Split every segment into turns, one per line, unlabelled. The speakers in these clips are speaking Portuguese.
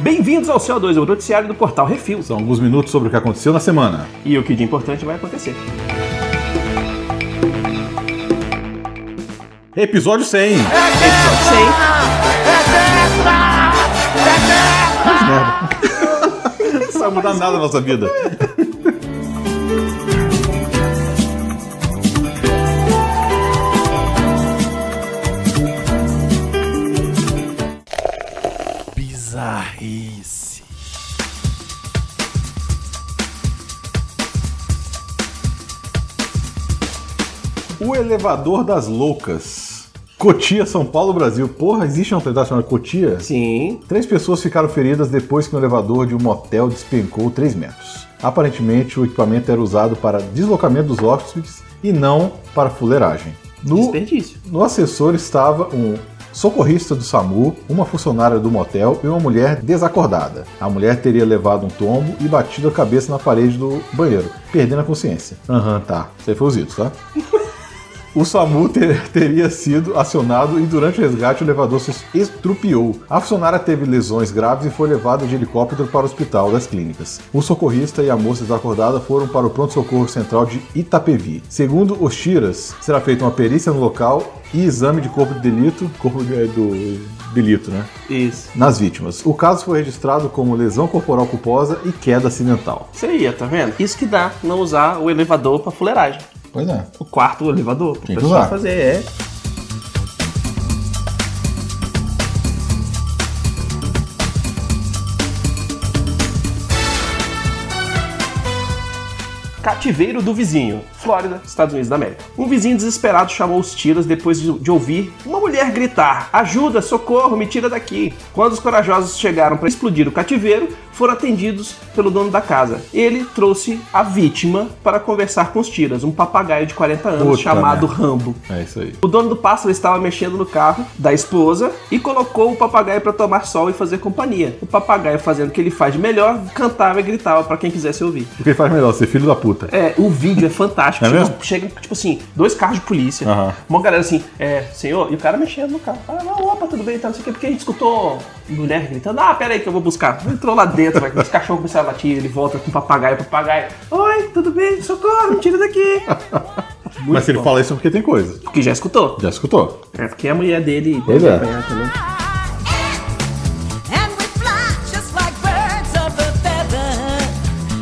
Bem-vindos ao CO2, o noticiário do portal Refil.
São alguns minutos sobre o que aconteceu na semana.
E o que de importante vai acontecer.
Episódio 100. Não vai mudar nada na nossa vida.
Bizarrice.
O elevador das loucas. Cotia, São Paulo, Brasil. Porra, existe uma cidade chamada Cotia?
Sim.
Três pessoas ficaram feridas depois que um elevador de um motel despencou 3 metros. Aparentemente, o equipamento era usado para deslocamento dos hóspedes e não para fuleiragem. No,
Desperdício.
no assessor estava um socorrista do SAMU, uma funcionária do motel e uma mulher desacordada. A mulher teria levado um tombo e batido a cabeça na parede do banheiro, perdendo a consciência. Aham, tá. Isso aí foi os itens, tá? O SAMU ter- teria sido acionado e durante o resgate o elevador se estrupiou. A funcionária teve lesões graves e foi levada de helicóptero para o hospital das clínicas. O socorrista e a moça desacordada foram para o pronto-socorro central de Itapevi. Segundo os Tiras, será feita uma perícia no local e exame de corpo de delito, corpo de- é, do delito, né?
Isso.
Nas vítimas. O caso foi registrado como lesão corporal culposa e queda acidental.
Isso aí, ó, tá vendo? Isso que dá não usar o elevador pra fuleiragem.
Pois é.
O quarto elevador pro
Tem que
pessoal
usar.
fazer, é. Cativeiro do vizinho, Flórida, Estados Unidos da América. Um vizinho desesperado chamou os tiras depois de, de ouvir uma mulher gritar: Ajuda, socorro, me tira daqui. Quando os corajosos chegaram para explodir o cativeiro, foram atendidos pelo dono da casa. Ele trouxe a vítima para conversar com os tiras, um papagaio de 40 anos
Puta
chamado
merda.
Rambo.
É isso aí.
O dono do pássaro estava mexendo no carro da esposa e colocou o papagaio para tomar sol e fazer companhia. O papagaio, fazendo o que ele faz de melhor, cantava e gritava para quem quisesse ouvir.
O que ele faz melhor, ser filho da puta.
É, o vídeo é fantástico.
É
chega,
mesmo?
chega, tipo assim, dois carros de polícia,
Aham.
uma galera assim, é, senhor, e o cara mexendo no carro. Ah, não, opa, tudo bem, tá, não sei o quê, porque a gente escutou mulher gritando, ah, pera aí que eu vou buscar. Entrou lá dentro, vai, os cachorros começaram a latir, ele volta com o papagaio, papagaio, oi, tudo bem, socorro, me tira daqui.
Mas se ele fala isso é porque tem coisa.
Porque já escutou.
Já escutou?
É, porque a mulher dele...
Pois é.
também.
And we fly just like birds of a feather.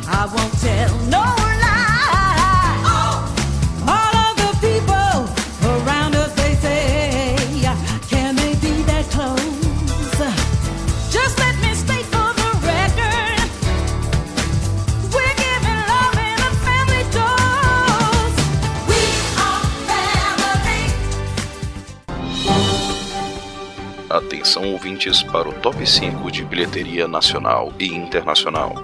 I won't tell no lie. All of the people around us, they say, can they be that close? Just let me state for the record. We're giving love in a family dose. We are family.
Atenção ouvintes para o top 5 de bilheteria nacional e internacional.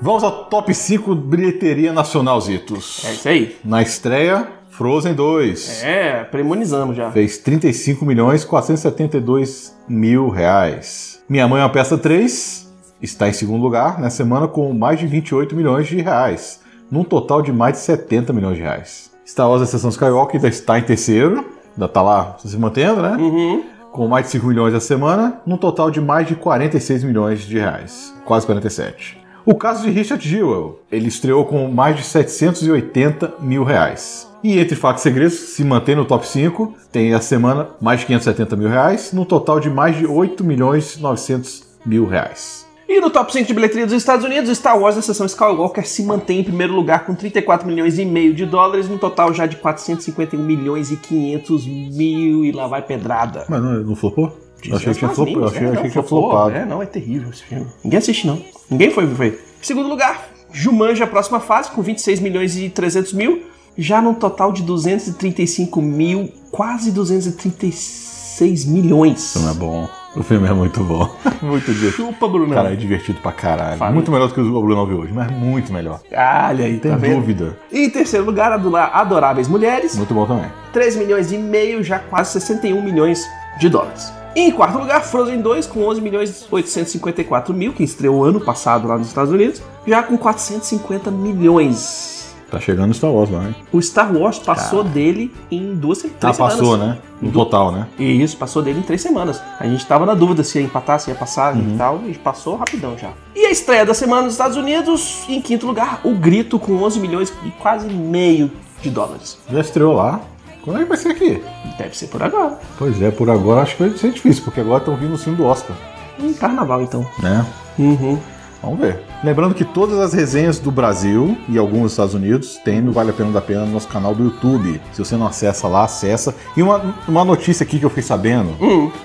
Vamos ao top 5 bilheteria nacional, Zitos.
É isso aí.
Na estreia, Frozen 2.
É, premonizamos já.
Fez 35 milhões 472 mil reais. Minha Mãe é uma Peça 3 está em segundo lugar na semana com mais de 28 milhões de reais, num total de mais de 70 milhões de reais. Star Wars A Sessão Skywalker ainda está em terceiro, ainda está lá se mantendo, né?
Uhum.
com mais de 5 milhões a semana, num total de mais de 46 milhões de reais, quase 47. O caso de Richard Jewell, ele estreou com mais de 780 mil reais. E entre fatos e segredos, se mantém no top 5, tem a semana mais de 570 mil reais, num total de mais de 8 milhões e 900 mil reais.
E no top 5 de bilheteria dos Estados Unidos, Star Wars na seção Skywalker se mantém em primeiro lugar com 34 milhões e meio de dólares, no total já de 451 milhões e 500 mil e lá vai pedrada.
Mas não, não flopou? Eu achei que tinha
Mas,
flopado. Eu
amigos,
achei,
é,
achei
não,
que tinha
flopou,
flopado.
É, não, é terrível esse filme. Ninguém assiste, não. Ninguém foi ver. Segundo lugar, Jumanji, a próxima fase, com 26 milhões e 300 mil, já num total de 235 mil, quase 236 milhões.
Não é bom. O filme é muito bom. muito divertido.
Chupa, Brunão.
Cara, é divertido pra caralho.
Fala.
Muito melhor do que o Bruno viu hoje, mas muito melhor.
Olha aí,
Tem
tá vendo?
dúvida.
E em terceiro lugar, adora- Adoráveis Mulheres,
Muito bom também.
3 milhões e meio, já quase 61 milhões um de dólares. Em quarto lugar, Frozen 2 com 11 milhões 854 mil, que estreou ano passado lá nos Estados Unidos, já com 450 milhões.
Tá chegando Star Wars lá, hein?
O Star Wars passou dele em duas três
Ah,
semanas.
passou, né? No total, né?
E isso, passou dele em três semanas. A gente tava na dúvida se ia empatar, se ia passar
Uhum.
e tal, e passou rapidão já. E a estreia da semana nos Estados Unidos, em quinto lugar, o Grito com 11 milhões e quase meio de dólares.
Já estreou lá. Quando é que vai ser aqui?
Deve ser por agora.
Pois é, por agora acho que vai ser difícil, porque agora estão vindo o filme do Oscar,
Um carnaval, então.
né?
Uhum.
Vamos ver. Lembrando que todas as resenhas do Brasil e alguns dos Estados Unidos tem no Vale a Pena da Pena no nosso canal do YouTube. Se você não acessa lá, acessa. E uma, uma notícia aqui que eu fiquei sabendo,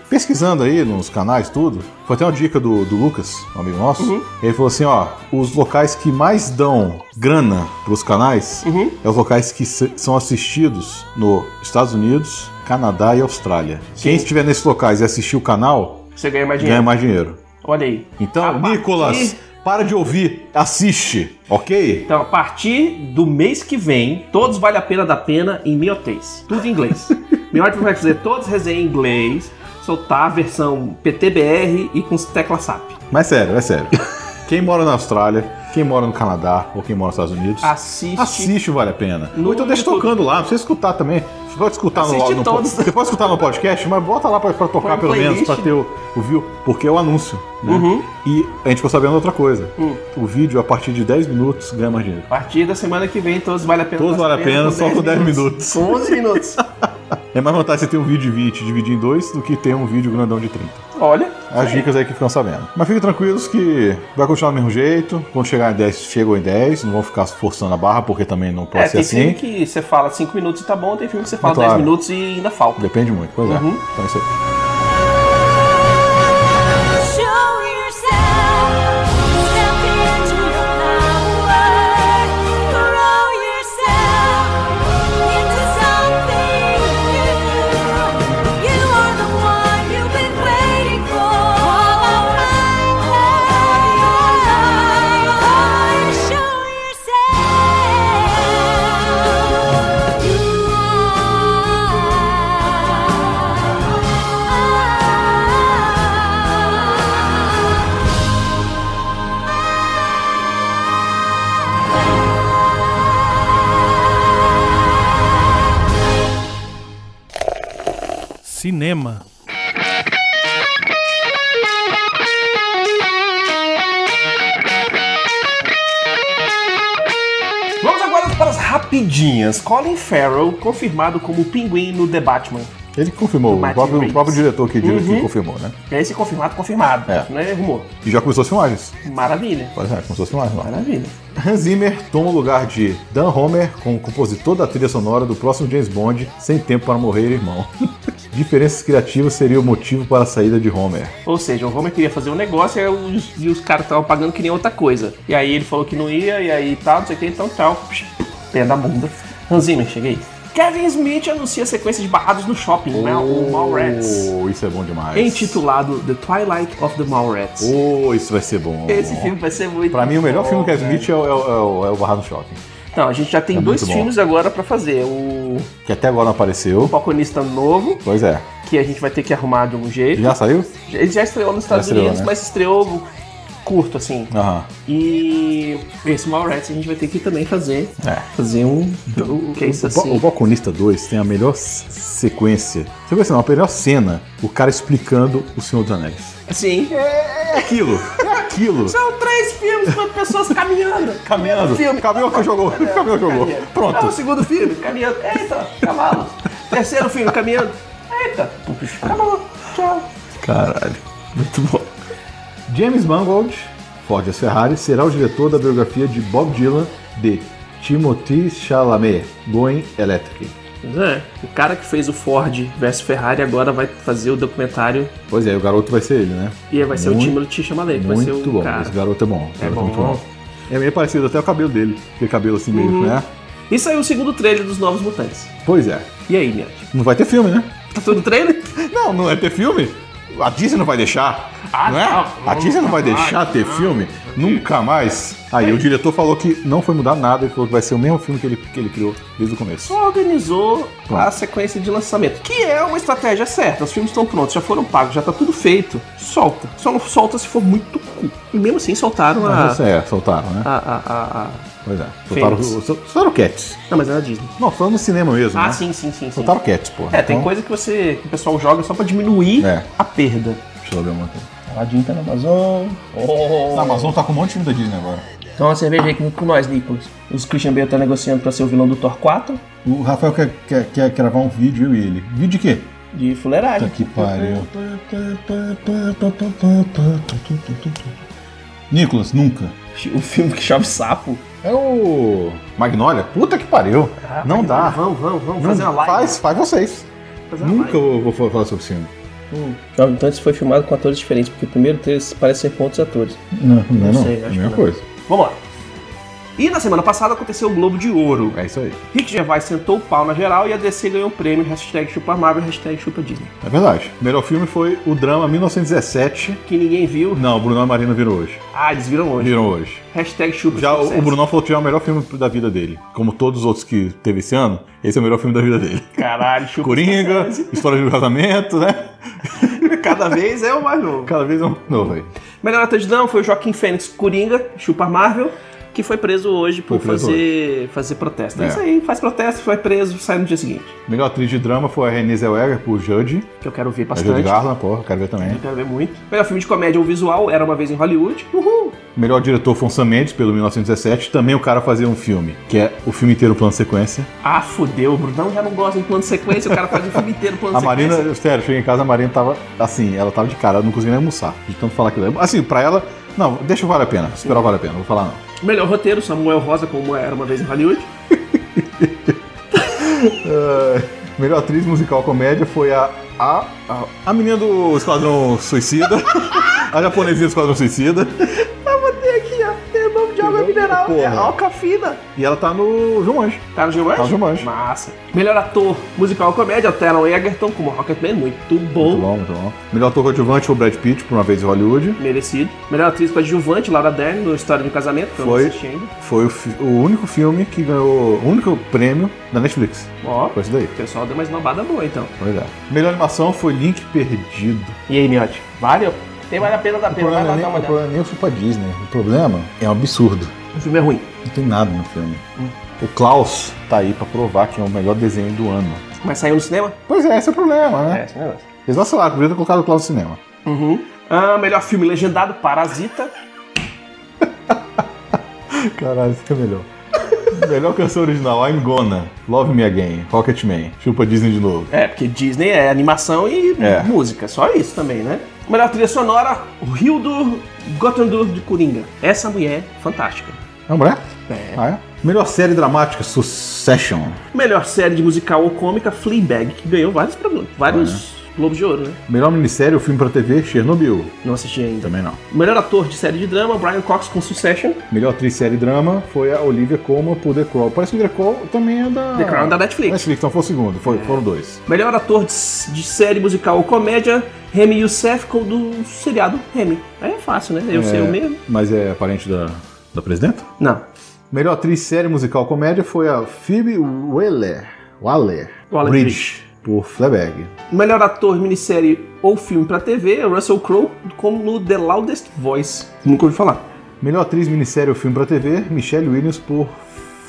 pesquisando aí nos canais, tudo, foi até uma dica do, do Lucas, um amigo nosso. Ele falou assim: ó, os locais que mais dão grana pros canais é os locais que se- são assistidos nos Estados Unidos, Canadá e Austrália. Quem estiver nesses locais e assistir o canal,
Você ganha mais
ganha
dinheiro.
mais dinheiro.
Olha aí.
Então,
A partir-
Nicolas, para de ouvir, assiste, ok?
Então, a partir do mês que vem, todos vale a pena da pena em miotês. Tudo em inglês. Miote vai fazer todos resenha em inglês, soltar a versão PTBR e com tecla SAP.
Mas sério, é sério. Quem mora na Austrália, quem mora no Canadá ou quem mora nos Estados Unidos,
Assiste.
assiste vale a pena.
No
ou então deixa
YouTube.
tocando lá, pra você escutar também. Você pode escutar
Assiste
no, no
todos.
Você pode escutar no podcast, mas bota lá pra, pra
Põe
tocar
no
pelo menos,
playlist.
pra ter o, o view, porque é o anúncio. né?
Uhum.
E a gente ficou sabendo outra coisa.
Hum.
O vídeo, a partir de 10 minutos, ganha mais dinheiro.
A partir da semana que vem, todos vale a pena.
Todos
da
vale a pena, só com 10 minutos.
Com 11 minutos.
É mais vantagem você ter um vídeo de 20 dividir em dois do que ter um vídeo grandão de 30.
Olha.
As dicas aí que ficam sabendo. Mas fiquem tranquilos que vai continuar do mesmo jeito. Quando chegar em 10, chegam em 10. Não vão ficar forçando a barra, porque também não pode
é,
ser
tem filme
assim.
que você fala 5 minutos e tá bom, tem filme que você fala
Claro.
10 minutos e ainda falta.
Depende muito, pois é.
Uhum.
Então é isso aí.
Show yourself, step into your power, grow yourself into something new. You are the one you've been waiting for. Show yourself. You are.
Cinema.
Vamos agora para as rapidinhas. Colin Farrell, confirmado como o pinguim no The Batman.
Ele que confirmou,
Do
o
Matt
próprio,
Reeves.
o próprio diretor que,
Uhum.
que confirmou, né?
É esse confirmado, confirmado.
É.
Né? Rumor.
E já começou as filmagens.
Maravilha.
Pois é, começou as filmagens lá.
Maravilha.
Hans Zimmer toma o lugar de Dan Homer como compositor da trilha sonora do próximo James Bond, Sem Tempo para Morrer, Irmão. Diferenças criativas seria o motivo para a saída de Homer.
Ou seja, o Homer queria fazer um negócio e os, e os caras estavam pagando que nem outra coisa. E aí ele falou que não ia, e aí tal, não sei o que, então tchau. Psh, Pé da bunda. Hans Zimmer, cheguei. Kevin Smith anuncia sequência de barrados no shopping, né? O Mallrats.
Oh, isso é bom demais.
Intitulado The Twilight of the Mallrats.
Oh, isso vai ser bom.
Esse filme vai ser muito
Pra mim, o melhor
bom,
filme que é
cara.
Smith é, o- é o- é o- é o Barrado no Shopping.
Não, Então, a gente já tem
É
dois
muito bom.
filmes agora pra fazer. O
Que até agora não apareceu.
Balconista Novo,
Pois é.
que a gente vai ter que arrumar de algum jeito.
Ele já saiu?
Ele já estreou nos Estados
estreou,
Unidos,
né?
mas estreou curto, assim.
Aham.
E esse Mallrats a gente vai ter que também fazer.
É.
Fazer um. que é isso
O, Ba-
assim?
o Balconista 2 tem a melhor s- sequência. Sequência não, a melhor cena. O cara explicando o Senhor dos Anéis.
Assim.
É aquilo. É aquilo.
São três filmes com as pessoas caminhando.
Caminhando.
Filme.
Caminhou que jogou. Caminhou Então, jogou.
Caminhando. Ah, o
Pronto.
segundo filme, caminhando. Eita, cavalo. Terceiro filme, caminhando. Eita, acabou. Tchau.
Caralho. Muito bom. assim, James Mangold, Ford as Ferrari, será o diretor da biografia de Bob Dylan de Timothy Chalamet, Going Electric.
Pois é, o cara que fez o Ford versus Ferrari agora vai fazer o documentário
Pois é, o garoto vai ser ele, né?
e vai ser o
Muito-
Timothy Chalamet, que vai ser
Muito
o
bom,
cara.
esse garoto é bom. esse
É
garoto muito
bom. Uhum.
É meio parecido até o cabelo dele, aquele cabelo assim meio, né?
E saiu o segundo trailer dos Novos Mutantes.
Pois é.
E aí, Miotti?
Não vai ter filme, né?
Tá tudo trailer?
Não, não vai ter filme. A Disney não vai deixar,
Ah,
não é?
não. Ah,
A Disney não vai deixar ter filme nunca mais. Aí o diretor falou que não foi mudar nada, ele falou que vai ser o mesmo filme que ele, que ele criou desde o começo.
só organizou a sequência de lançamento, que é uma estratégia certa. Os filmes estão prontos, já foram pagos, já tá tudo feito. Solta. Só não solta se for muito cu. E mesmo assim soltaram a.
Mas, é, soltaram, né?
a, a, a, a...
Pois é. Soltaram,
Fênix.
sol- soltaram Cats.
Não, mas era a Disney.
Não, só no cinema mesmo.
Ah,
né?
sim, sim, sim. sim.
Soltaram Cats, porra.
É, tem
Então,
coisa que você. que o pessoal joga só pra diminuir
É.
a perda.
Deixa eu ver uma coisa.
Aladdin tá na Amazon.
Oh.
A Amazon tá com um monte de filme da Disney agora.
Então uma cerveja aí com, com nós, Nicolas. Os Christian Bale tá negociando pra ser o vilão do Thor 4
O Rafael quer, quer, quer gravar um vídeo, eu e ele. Vídeo de quê?
de fuleiragem.
Puta que pariu. Nicolas, nunca.
O filme que chama Sapo.
É o. Magnolia? Puta que pariu. não dá.
Vamos, vamos, vamos fazer uma
Não-
live.
Faz, faz vocês.
Fazer uma
Nunca
live.
eu vou falar sobre esse filme.
Jovem
então
Tante foi filmado com atores diferentes, porque o primeiro três parece ser com outros atores.
Não, não,
sei,
É
acho
a
que
mesma
não.
coisa.
Vamos lá. E na semana passada aconteceu o Globo de Ouro.
É isso aí.
Rick Gervais sentou o pau na geral e a DC ganhou o prêmio. Hashtag chupa Marvel, hashtag chupa Disney.
É verdade. O melhor filme foi o drama 1917.
Que ninguém viu.
Não, o Brunão e Marina viram hoje.
Ah, eles viram hoje.
Viram hoje.
Hashtag chupa
Já, o
sucesso.
o Brunão falou que já é o melhor filme da vida dele. Como todos os outros que teve esse ano, esse é o melhor filme da vida dele.
Caralho, chupa
Coringa,
sucesso.
História de um Casamento, né?
Cada vez é o mais novo.
Cada vez é um novo aí.
Melhor ator de drama foi o Joaquim Fênix Coringa, chupa Marvel, que foi preso hoje por
Foi preso
fazer, fazer protesto. É
É.
isso aí, faz protesto, foi preso, sai no dia seguinte.
Melhor atriz de drama foi a Renée Zellweger por Judge.
Que eu quero ver
A Judy
bastante.
Garland, porra, quero ver
Eu
também.
quero ver muito. Melhor filme de comédia ou visual, Era Uma Vez em Hollywood. Uhul!
Melhor diretor foi o Sam Mendes, pelo 1917. Também o cara fazia um filme, que é o filme inteiro plano sequência.
Ah, fudeu, o Brunão já não gosta de plano de sequência, o cara faz o filme inteiro plano
A
de sequência.
Marina, sério, cheguei em casa, a Marina tava assim, ela tava de cara, ela não conseguia nem almoçar. De tanto falar que Assim, pra ela, não, deixa vale a pena. Esperar vale a pena, não vou falar não.
Melhor roteiro, Samuel Rosa, como era uma vez em Hollywood.
É, melhor atriz musical comédia foi a. A, a, a menina do Esquadrão Suicida. a japonesinha do Esquadrão Suicida.
Eu botei aqui, ó. Tem nome de água
nome,
mineral, é
porra?
Alcafina.
E ela tá no João Anjo.
Tá no Jumanji?
Tá no Jumanji.
Massa. Melhor ator musical comédia, o Taron Egerton como Rocketman, muito bom.
Muito bom, muito bom. Melhor ator coadjuvante foi o Brad Pitt, por uma vez em Hollywood.
Merecido. Melhor atriz coadjuvante, Laura Dern, no História de um Casamento, que eu não
Foi.
assisti ainda.
Foi o, fi- o único filme que ganhou. O único prêmio da Netflix.
Ó,
Foi isso daí.
o pessoal deu uma esnobada boa, então.
Pois é. Melhor animação foi Link Perdido.
E aí, Miotti? Vale? Tem vale a pena da
O
pena, vai lá
problema, é
dar
nem,
uma
o
olhada.
problema é nem o Super Disney. O problema é um absurdo.
O filme é ruim.
Não tem nada no filme. O Klaus tá aí pra provar que é o melhor desenho do ano.
Mas saiu no cinema?
Pois é, esse é o problema, né?
esse negócio.
Eles vacilaram, podia ter colocado o Klaus no cinema.
Uhum. Ah, melhor filme legendado, Parasita.
Caralho, isso é melhor. melhor canção original, I'm Gonna, Love Me Again, Rocketman, Chupa Disney de novo.
É, porque Disney é animação e
É.
música, só isso também, né? Melhor trilha sonora, o Rio do Gotendur de Coringa. Essa mulher, fantástica.
É uma mulher?
É.
Ah, é? Melhor série dramática, Succession.
Melhor série de musical ou cômica, Fleabag, que ganhou vários prêmios, vários Globos de Ouro, né?
Melhor minissérie ou filme pra TV, Chernobyl.
Não assisti ainda.
Também não.
Melhor ator de série de drama, Brian Cox com Succession.
Melhor atriz série drama foi a Olivia Colman por The Crown. Parece que The Crown também é da...
The Crown é da Netflix.
Netflix, então foi o segundo. Foi, Foram dois.
Melhor ator de, s- de série musical ou comédia, Remy Youssef com do seriado Remy. Aí é fácil, né? Eu sei o mesmo.
Mas é parente da, da presidenta?
Não.
Melhor atriz série musical comédia foi a Phoebe Waller. Waller.
Waller
Bridge. Por Fleabag.
Melhor ator, minissérie ou filme pra TV, Russell Crowe como no The Loudest Voice. Nunca ouvi falar.
Melhor atriz minissérie ou filme pra TV, Michelle Williams por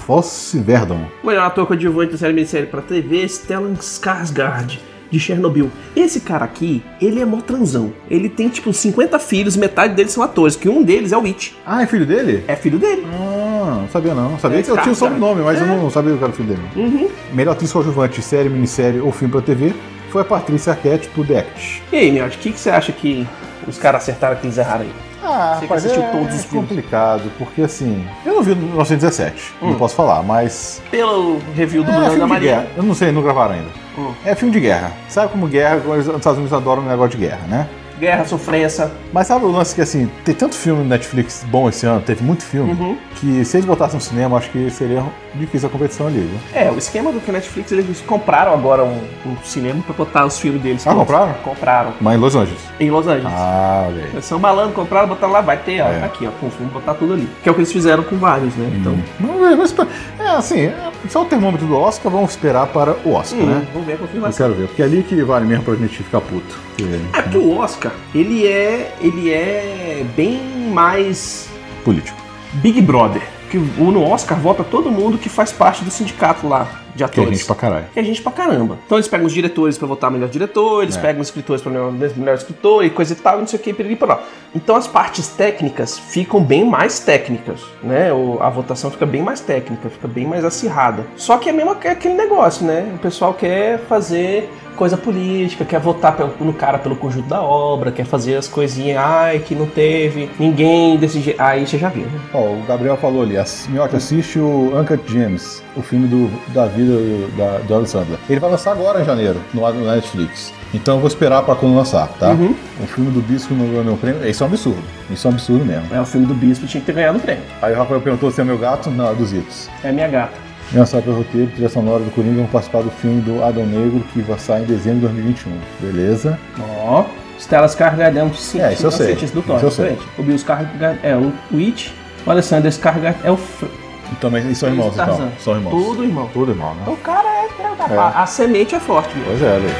Fosse Verdon.
Melhor ator coadjuvante da série minissérie pra TV, Stellan Skarsgård, de Chernobyl. Esse cara aqui, ele é mó transão. Ele tem, tipo, 50 filhos, metade deles são atores, que um deles é o It.
Ah, é filho dele?
É filho dele.
Ah, não sabia não. Sabia
É,
que eu tinha o
cara,
sobrenome, mas eu
é. Uhum.
não sabia que era o filho dele. Melhor atriz coadjuvante, série, minissérie ou filme pra TV foi a Patrícia Arquette por The Act.
E aí, Miotti, o que, que você acha que os caras acertaram que eles erraram aí?
Ah,
Você que assistiu todos os
é
filmes.
complicado, porque assim... Eu não vi o 1917, não posso falar, mas...
Pelo review do
É,
Hum. Bruno
filme
da
de guerra.
Maria.
Eu não sei, não gravaram ainda.
Hum.
É filme de guerra. Sabe como guerra, os Estados Unidos adoram um negócio de guerra, né?
guerra, sofrença.
Mas sabe o lance que assim, tem tanto filme no Netflix bom esse ano, teve muito filme,
Uhum.
que se eles botassem no cinema, acho que seria difícil a competição ali, viu?
É, o esquema do que o Netflix, eles compraram agora um, um cinema pra botar os filmes deles.
Ah, compraram?
Compraram.
Mas em Los Angeles.
Em Los Angeles.
Ah, olha aí.
Eles São malandro, compraram, botaram lá, vai ter, ó,
É. Hum.
tá aqui, ó, pum, vamos botar tudo ali. Que é o que eles fizeram com vários, né? Então,
Vamos ver, mas é assim, é, isso é o termômetro do Oscar, vamos esperar para o Oscar,
hum,
né?
vamos ver a
Eu
confirmação.
quero ver, porque é ali que vale mesmo pra gente ficar puto.
É porque o Oscar, ele é, ele é bem mais
Político.
Big Brother. Que o- no Oscar vota todo mundo que faz parte do sindicato lá de
Que é
atores.
gente pra caralho.
que é gente pra caramba. Então eles pegam os diretores pra votar melhor diretor, eles pegam os escritores pra melhor, melhor escritor e coisa e tal, e não sei o que, piriri, poró. Então as partes técnicas ficam bem mais técnicas, né? O- a votação fica bem mais técnica, fica bem mais acirrada. Só que é mesmo aque- aquele negócio, né? O pessoal quer fazer coisa política, quer votar pelo- no cara pelo conjunto da obra, quer fazer as coisinhas, ai, que não teve, ninguém desse jeito. Aí você já viu, né?
Ó, o Gabriel falou ali, ass- Minhoca, assiste o Uncut James, o filme do, da vida do- da, do Adam Sandler. Ele vai lançar agora em janeiro, no, no Netflix. Então eu vou esperar pra quando lançar, tá? O filme do Bisco não ganhou nenhum prêmio, isso é um absurdo. Isso é um absurdo mesmo.
É o filme do Bispo tinha que ter ganhado o prêmio.
Aí o Rafael perguntou se é meu gato? Não, é dos Itos.
É a minha gata.
Engraçado pelo roteiro, trilha sonora do Coringa, vão participar do filme do Adão Negro, que vai sair em dezembro de 2021. Beleza?
Ó, Stellas Cargadão, sim,
É, isso eu sei.
do Thor,
Isso eu sei.
frente. O Bills Cargadão é o Witch, o Alexander Scarga é o Fr
E também, e são irmãos, então.
Tarzan.
São irmãos.
Tudo irmão.
Tudo irmão, né?
O cara é, é,
É.
A, a semente é forte mesmo.
Pois é, Lê.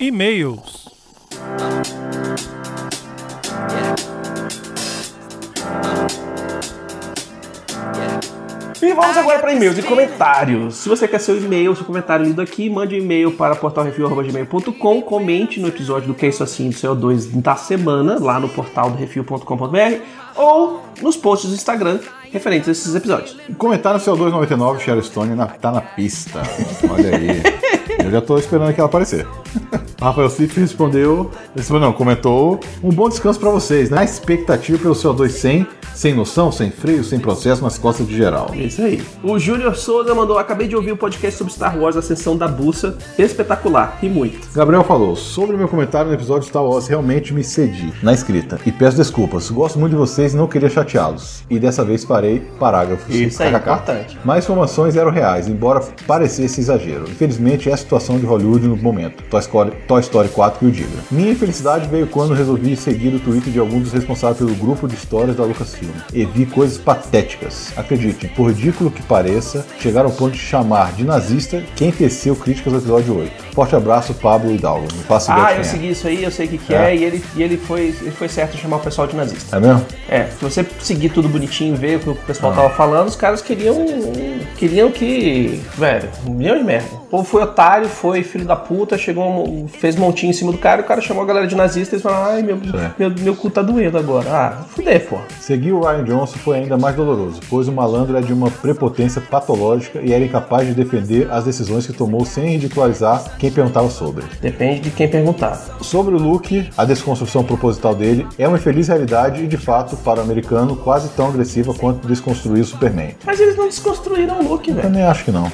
E-mails.
E vamos agora para e-mails e comentários. Se você quer seu e-mail, seu comentário lido aqui, mande um e-mail para portalrefil.gmail.com, comente no episódio do Que é Isso Assim do CO2 da semana, lá no portal do refil.com.br, ou nos posts do Instagram referentes a esses episódios.
Comentário CO299, Sheryl Stone na, tá na pista. Olha aí. Eu já tô esperando que ela aparecer. Rafael Cif respondeu, respondeu, não, comentou. Um bom descanso pra vocês, na expectativa pelo CO2 100, sem noção, sem freio, sem processo nas costas de geral.
É isso aí. O Júnior Souza mandou: Acabei de ouvir o podcast sobre Star Wars, a sessão da bussa. Espetacular, e muito.
Gabriel falou, sobre o meu comentário no episódio de Star Wars, realmente me cedi na escrita. E peço desculpas, gosto muito de vocês e não queria chateá-los. E dessa vez parei parágrafos.
Isso aí,
KKK.
importante.
Mais informações eram reais, embora parecesse exagero. Infelizmente, é a situação de Hollywood no momento. Toy Story, Toy Story 4 que o diga. Minha infelicidade veio quando resolvi seguir o tweet de algum dos responsáveis pelo grupo de histórias da Lucasfilm. E vi coisas patéticas. Acreditem, por ridículo que pareça, chegaram ao ponto de chamar de nazista quem teceu críticas ao episódio 8. Forte abraço, Pablo Hidalgo. Me faça ideia
Ah,
quem
eu
é.
segui isso aí, eu sei o que, que
É.
é, e ele, e ele, foi, ele foi certo em chamar o pessoal de nazista.
É mesmo?
É, se você seguir tudo bonitinho, ver o que o pessoal tava falando, os caras queriam. Queriam que. Velho, um milhão de merda. O povo foi otário, foi filho da puta, chegou, um- fez montinho em cima do cara, e o cara chamou a galera de nazista e eles falaram: ai, meu,
é.
meu, meu cu tá doendo agora. Ah, fuder, pô.
Seguir o Ryan Johnson foi ainda mais doloroso, pois o malandro é de uma prepotência patológica e era incapaz de defender as decisões que tomou sem ridicularizar quem perguntava sobre.
Depende de quem perguntar.
Sobre o Luke, a desconstrução proposital dele é uma infeliz realidade e, de fato, para o americano, quase tão agressiva quanto desconstruir o Superman.
Mas eles não desconstruíram o look,
Eu
velho. Hum.
nem acho que não.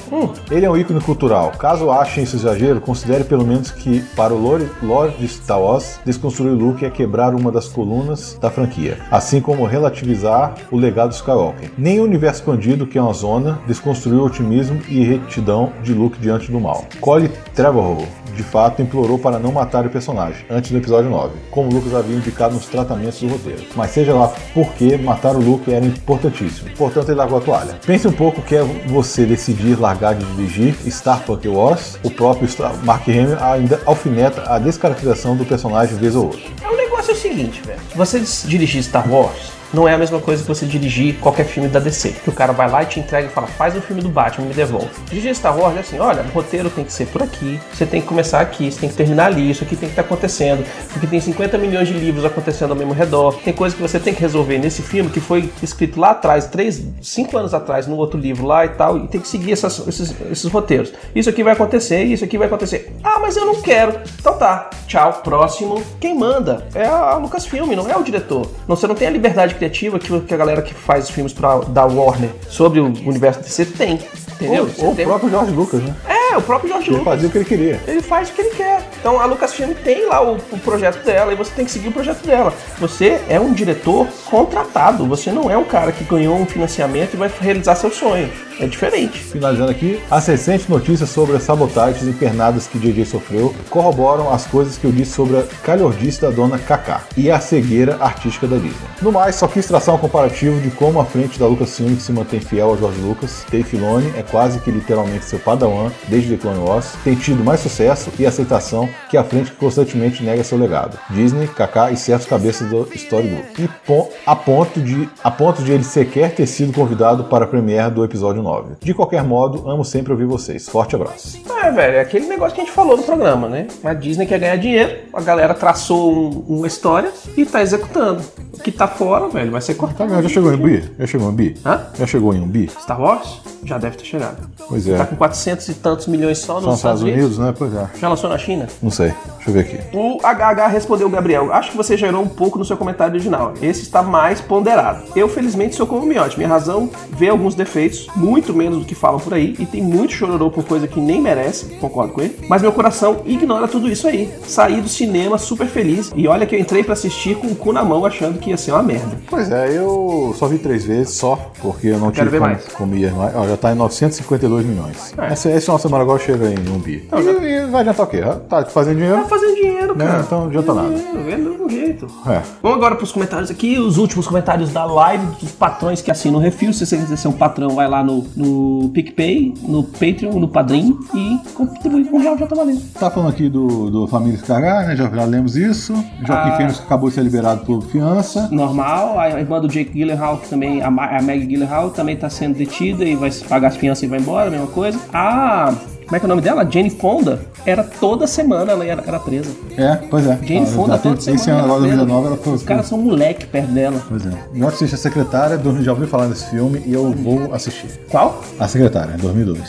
Ele é um ícone cultural. Caso achem isso exagero, considere pelo menos que, para o lore, lore de Star Wars, desconstruir Luke é quebrar uma das colunas da franquia, assim como relativizar o legado de Skywalker. Nem o universo expandido, que é uma zona, desconstruiu o otimismo e retidão de Luke diante do mal. Cole Trevorrow, de fato, implorou para não matar o personagem, antes do episódio 9, como Lucas havia indicado nos tratamentos do roteiro. Mas seja lá por que, matar o Luke era importantíssimo. Portanto, ele largou a toalha. Pense um pouco que é você decidir largar de dirigir Star Punk Wars, o próprio Star- Mark Hamill ainda alfineta a descaracterização do personagem vez ou outra.
é O negócio é o seguinte, velho. Você des- dirigir Star Wars, Não é a mesma coisa que você dirigir qualquer filme da DC, que o cara vai lá e te entrega e fala, faz o filme do Batman, me devolve. Dirigir Star Wars é assim, olha, o roteiro tem que ser por aqui, você tem que começar aqui, você tem que terminar ali, isso aqui tem que estar acontecendo, porque tem 50 milhões de livros acontecendo ao mesmo redor, tem coisa que você tem que resolver nesse filme que foi escrito lá atrás, três, cinco anos atrás, num outro livro lá e tal, e tem que seguir essas- esses, esses roteiros. Isso aqui vai acontecer, isso aqui vai acontecer. Ah, mas eu não quero. Então tá, tchau, próximo. Quem manda é a Lucasfilm, não é o diretor. Não, você não tem a liberdade criativa que, que a galera que faz os filmes pra, da Warner sobre o universo DC tem, entendeu? Então, Você
Ou, ou o
tem-
próprio George Lucas, né?
É, o próprio George
Ele
Lucas.
fazia o que ele queria.
Ele faz o que ele quer. Então a Lucasfilm tem lá o, o projeto dela e você tem que seguir o projeto dela. Você é um diretor contratado, você não é um cara que ganhou um financiamento e vai realizar seu sonho. É diferente.
Finalizando aqui, as recentes notícias sobre as sabotagens infernadas que JJ sofreu corroboram as coisas que eu disse sobre a calhordice da dona Kaká e a cegueira artística da Disney. No mais, só quis traçar um comparativo de como a frente da Lucasfilm que se mantém fiel a George Lucas, Dave Filoni é quase que literalmente seu padawan desde The Clone Wars, tem tido mais sucesso e aceitação que a frente que constantemente nega seu legado. Disney, Kaká e certos cabeças do Storybook. E po- a ponto de a ponto de ele sequer ter sido convidado para a premiere do episódio 9. De qualquer modo, amo sempre ouvir vocês. Forte abraço.
É, velho, é aquele negócio que a gente falou no programa, né? A Disney quer ganhar dinheiro, a galera traçou um- uma história e tá executando. O que tá fora, velho, vai ser cortado.
já chegou em um bi? Já chegou em um bi?
Hã?
Já chegou em um bi?
Star Wars já deve ter chegado.
Pois é.
Tá com 400 e tantos milhões só nos
São nos Estados Unidos, né? Pois é.
Já lançou na China?
Não sei. Deixa eu ver aqui.
O HH respondeu, Gabriel, acho que você gerou um pouco no seu comentário original. Esse está mais ponderado. Eu, felizmente, sou como o Miotti. Minha razão vê alguns defeitos, muito menos do que falam por aí, e tem muito chororô por coisa que nem merece, concordo com ele. Mas meu coração ignora tudo isso aí. Saí do cinema super feliz, e olha que eu entrei pra assistir com o cu na mão achando que ia ser uma merda.
Pois é, eu só vi três vezes, só, porque eu não
Quero ver
tive como
mais.
comer mais. Ó, já tá em 952 milhões.
É.
Essa, essa nossa semana agora chega em um bi.
Não,
e,
já-
e vai adiantar o quê? Tá fazendo
Tá
dinheiro?
fazendo dinheiro,
Né,
cara.
então não adianta nada.
Dinheiro, Vendo de algum jeito.
É.
Vamos agora para os comentários aqui, os últimos comentários da live, dos patrões que assinam o refil. Se você quiser ser um patrão, vai lá no, no PicPay, no Patreon, no Padrim e contribui com um real já tá valendo.
Tá falando aqui do, do Família Escargar, né? Já, já lemos isso. Joaquim Fênix acabou de ser liberado por fiança.
Normal, a irmã do Jake Gyllenhaal, que também, a, Ma- a Maggie Gyllenhaal, também tá sendo detida e vai pagar as fianças e vai embora, mesma coisa. A... Como é que é o nome dela? A Jane Fonda. Era toda semana ela era, era presa.
É, pois é.
Jane
Ela
Fonda
já
toda
teve-
semana.
Esse ano,
era
agora,
presa.
2019, ela foi.
Os caras são moleque perto dela.
Pois é. Eu assisti a secretária, do- já ouvi falar desse filme e eu vou assistir.
Qual?
A secretária, 2002.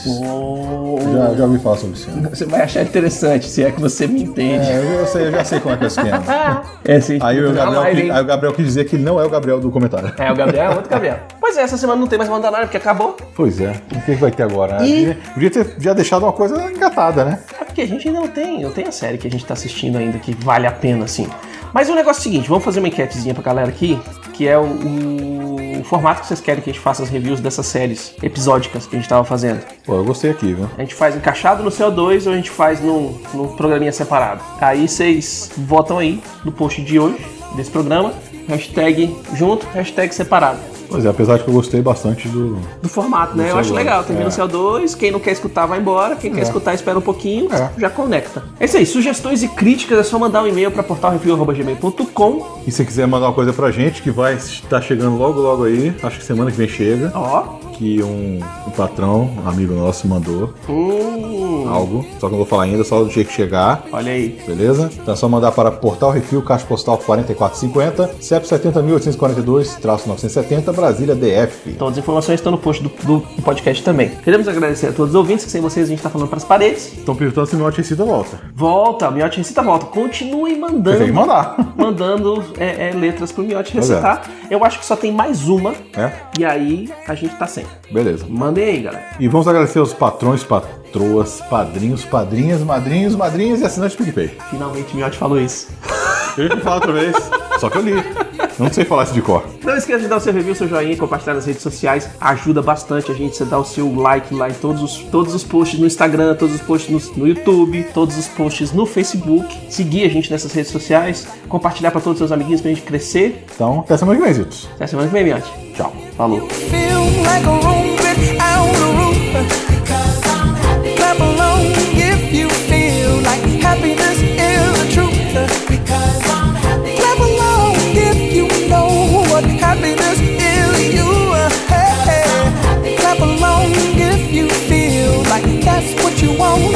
Já, já ouvi falar sobre esse filme.
Você vai achar interessante, se é que você me entende.
É, eu, eu sei, eu já sei como é que é o esquema.
É, sim.
Aí o,
Na
Gabriel,
live,
que-
hein?
aí o Gabriel quis dizer que não é o Gabriel do comentário.
É, o Gabriel é outro Gabriel. Pois é, essa semana não tem mais Mandanário, porque acabou.
Pois é. O que que vai ter agora? né?
E-
Podia- Podia ter já deixado uma coisa engatada, né?
É porque a gente ainda não tem. Eu tenho a série que a gente tá assistindo ainda, que vale a pena, assim. Mas o negócio é o seguinte, vamos fazer uma enquetezinha pra galera aqui, que é o, o formato que vocês querem que a gente faça as reviews dessas séries episódicas que a gente tava fazendo.
Pô, eu gostei aqui, viu?
A gente faz encaixado no CO2 ou a gente faz num, num programinha separado. Aí vocês votam aí no post de hoje, desse programa. Hashtag junto, hashtag separado.
Pois é, apesar de que eu gostei bastante do.
do formato, né? Eu acho
CO2,
legal. Termina
é.
o CO2, quem não quer escutar vai embora, quem quer escutar espera um pouquinho,
É.
já conecta. É isso aí, sugestões e críticas é só mandar um e-mail para portalreview.gmail.com.
E se quiser mandar uma coisa pra gente, que vai estar chegando logo, logo aí, acho que semana que vem chega,
Ó,
que um, um patrão, um amigo nosso, mandou
hum,
algo. Só que eu não vou falar ainda, só do dia que chegar.
olha aí.
Beleza? Então é só mandar para Portal Refil, Caixa Postal 4450, CEP 70.842-970, Brasília DF.
Todas as informações estão no post do, do podcast também. Queremos agradecer a todos os ouvintes, que sem vocês a gente tá falando pras paredes.
Estão perguntando se meu tecido volta.
Volta, Miote Recita volta. Continue
Você tem que
mandando.
mandar.
Mandando é, é, letras pro Miote
Pois é.
recitar. Eu acho que só tem mais uma.
É?
E aí a gente tá sem.
Beleza.
Mandem aí, galera.
E vamos agradecer aos patrões, patroas, padrinhos, padrinhas, madrinhos, madrinhas e assinantes do PicPay.
Finalmente o Miote falou isso.
Eu ia falar outra vez, só que eu li. Não sei falar isso de cor.
Não esqueça de dar o seu review, seu joinha, compartilhar nas redes sociais. Ajuda bastante a gente. Você dá o seu like lá em todos os, todos os posts no Instagram, todos os posts no, no YouTube, todos os posts no Facebook. Seguir a gente nessas redes sociais. Compartilhar para todos os seus amiguinhos pra gente crescer.
Então, até semana que vem, Zitos.
Até semana que vem, Miote. Tchau. Falou.
feel like a room without a roof. Clap along if you feel like happiness is the truth. Clap along if you know what happiness
That's what you want.